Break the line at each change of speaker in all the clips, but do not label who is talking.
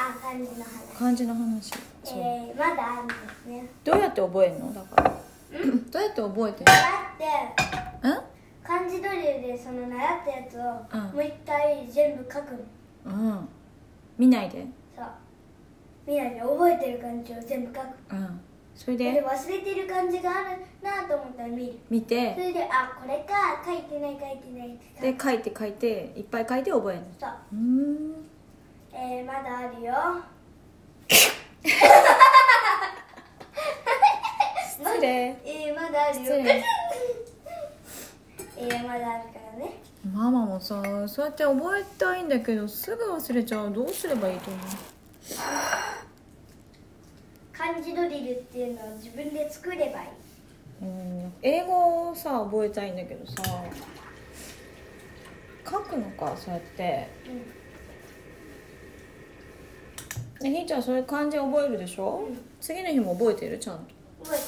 漢字の話
漢字の話そう
えー、まだあるんですね
どうやって覚えるのだからどうやって覚えてる
だって
のん
漢字ドリルでその習ったやつを
うん
もう一回全部書くの
うん見ないで
そうみんなで覚えてる漢字を全部書く
うんそれ
で
で
忘れてる漢字があるなと思ったら見る
見
そ
て
れであこれか書いてない書いてないって書
で
く
書いて書いていっぱい書いて覚えるの
そう
うーん
えー、まだあるよ
失礼
えー、まだあるよ
失礼
えー、まだあるからね
ママもさそうやって覚えたいんだけどすぐ忘れちゃうどうすればいいと思う
漢字ドリルっていうのを自分で作ればいい
うん英語をさ覚えたいんだけどさ書くのかそうやって
う
でひーちゃんそういう漢字覚えるでしょ、
うん
次の日も覚えてるちゃんと
ん覚え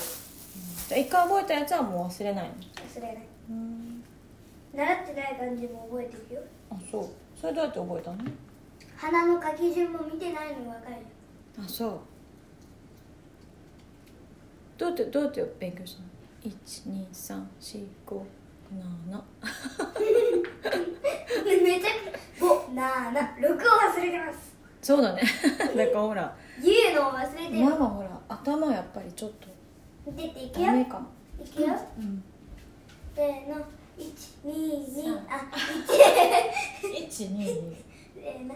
じゃあ一回覚えたやつはもう忘れないの
て忘れない習ってない漢字も覚えてるよ
あそうそれどうやって覚えたの
花の書き順も見てないのが分かるよ
あそうどうやってどうやって勉強したの12345
めちゃくちゃ576を忘れてます
そう だねだからほら
言うのを忘れて
マ
る
マほら頭やっぱりちょっと
見てていく
ダ
よ
メか
いくよ
うん
せーの122あ
122
せーの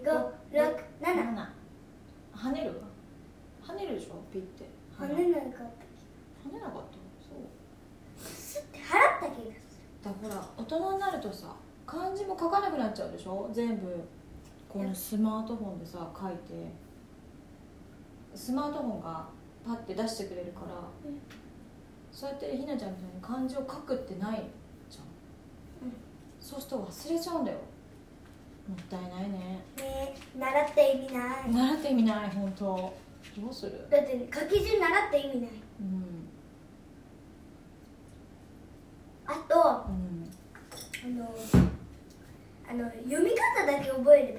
1234567
跳ねるわ跳ねるでしょピッて
跳ねなかっ
跳ねなかったそう
たスッて払った気がする
だから大人になるとさ漢字も書かなくなっちゃうでしょ全部このスマートフォンでさ書いてスマートフォンがパッて出してくれるから、
うん
そうやってひなちゃんみたいに漢字を書くってないじゃん、
うん
そうすると忘れちゃうんだよもったいないね
ね習った意味ない
習ってみない本当どうする
だって、書き順習った意味ない
うん
あとあ
うん
のあの読み方だけ覚えればいい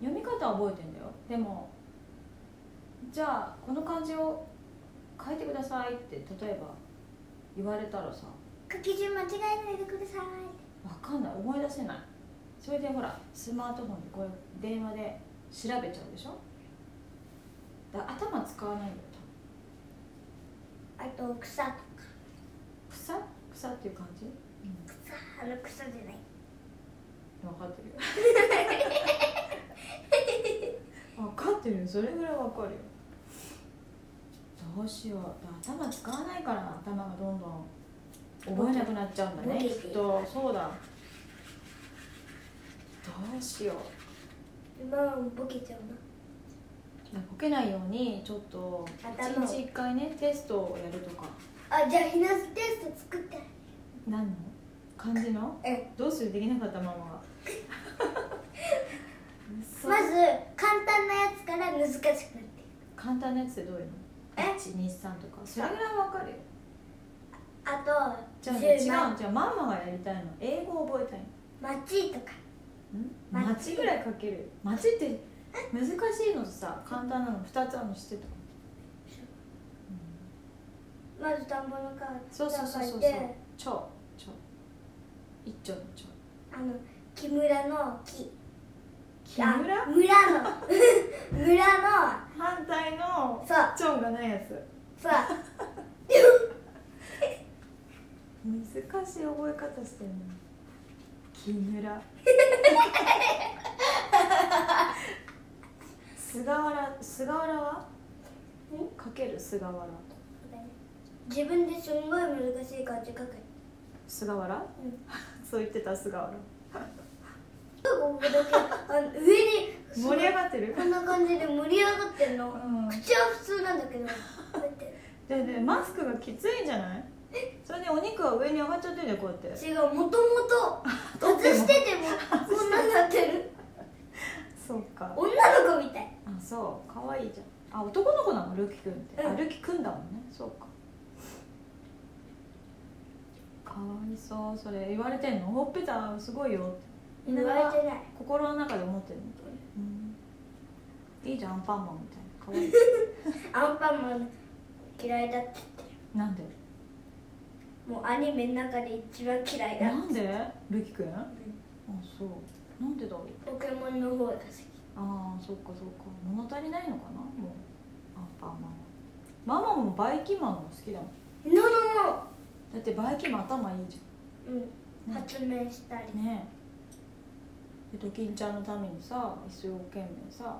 読み方は覚えてんだよでもじゃあこの漢字を書いてくださいって例えば言われたらさ
書き順間違えないでください
わかんない思い出せないそれでほらスマートフォンでこう電話で調べちゃうでしょだから頭使わないんだよ
あと草とか
草草っていう感じ
草あの草じゃない
分かって るよ分かってるよそれぐらい分かるよどうしよう頭使わないから頭がどんどん覚えなくなっちゃうんだね
ボケ
き
て
っとそうだどうしよう
今はボケちゃう
ボケないようにちょっと
頭を
一日一回ねテストをやるとか
なあじゃあひなテスト作って
何の漢字の
うん
どうするできなかったまま嘘
まず簡単なやつから難しくなっていく
簡単なやつってどういうの
え
123とかそれぐらいわかるよ
あと
じゃあ、違
10
うじ
枚
ゃあママがやりたいの英語を覚えたい
町とか
の
マ
ん
チ
街ぐらい書ける街って難しいのとさ簡単なの2つあるの知ってた
まず田んぼの川
そうそうそうそうそう
で
超超一丁の超
あの木村の木
木村
あ村の 村の
反対の
そう
チョンがないやつ
そう
難しい覚え方してるの木 村菅原菅原はかける菅原
自分ですんごい難しい漢字書くよ
菅原、そう言ってた菅原
ここだけあの上に
盛り上がってる
こんな感じで盛り上がってんの、
うん
口は普通なんだけどこうやって
ででマスクがきついんじゃないそれでお肉は上に上がっちゃってるよこうやって
違うもともと外しててもこんなになってる
そうか
女の子みたい
あそう可愛いじゃんあ男の子なのルキ君って、
うん
あルキ君だもんねそうかかわいそうそれ言われてんのほっぺたすごいよって
言われてない
心の中で思ってるの、いいじゃんアンパンマンみたいなかわいい
アンパンマン嫌いだって
なんで
もうアニメの中で一番嫌いだ
なんでルキ君あそうなんでだろう
ポケモンの方が好き
ああそっかそっか物足りないのかなもうアンパンマンはママもバイキンマンが好きだもん
ノノノ
だってバイキンマン頭いいじ
うん発明したり
ゃんねえドキンちゃんのためにさ一生懸命さ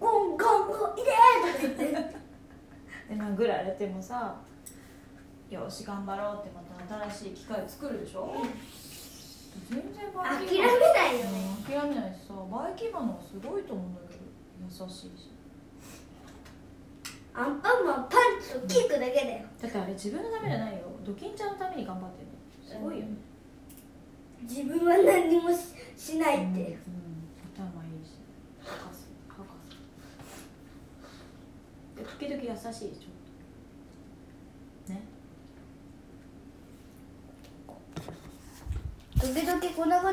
ゴンゴンゴンいでーとか言って
で殴られてもさよし頑張ろうってまた新しい機械作るでしょ、全然バ
諦
イ
め
キンマン
ないよね
うん諦めないしさバイキンマンの方がすごいと思うんだけど優しいし
アンパンマンパンツをキックだけだよ
だってあれ自分のためじゃないよドキンちゃんのために頑張ってるのすごいよね、
自分は何もししないって、
うん、頭いいし博士博士で時々優しいちょっとね
時々こんなこと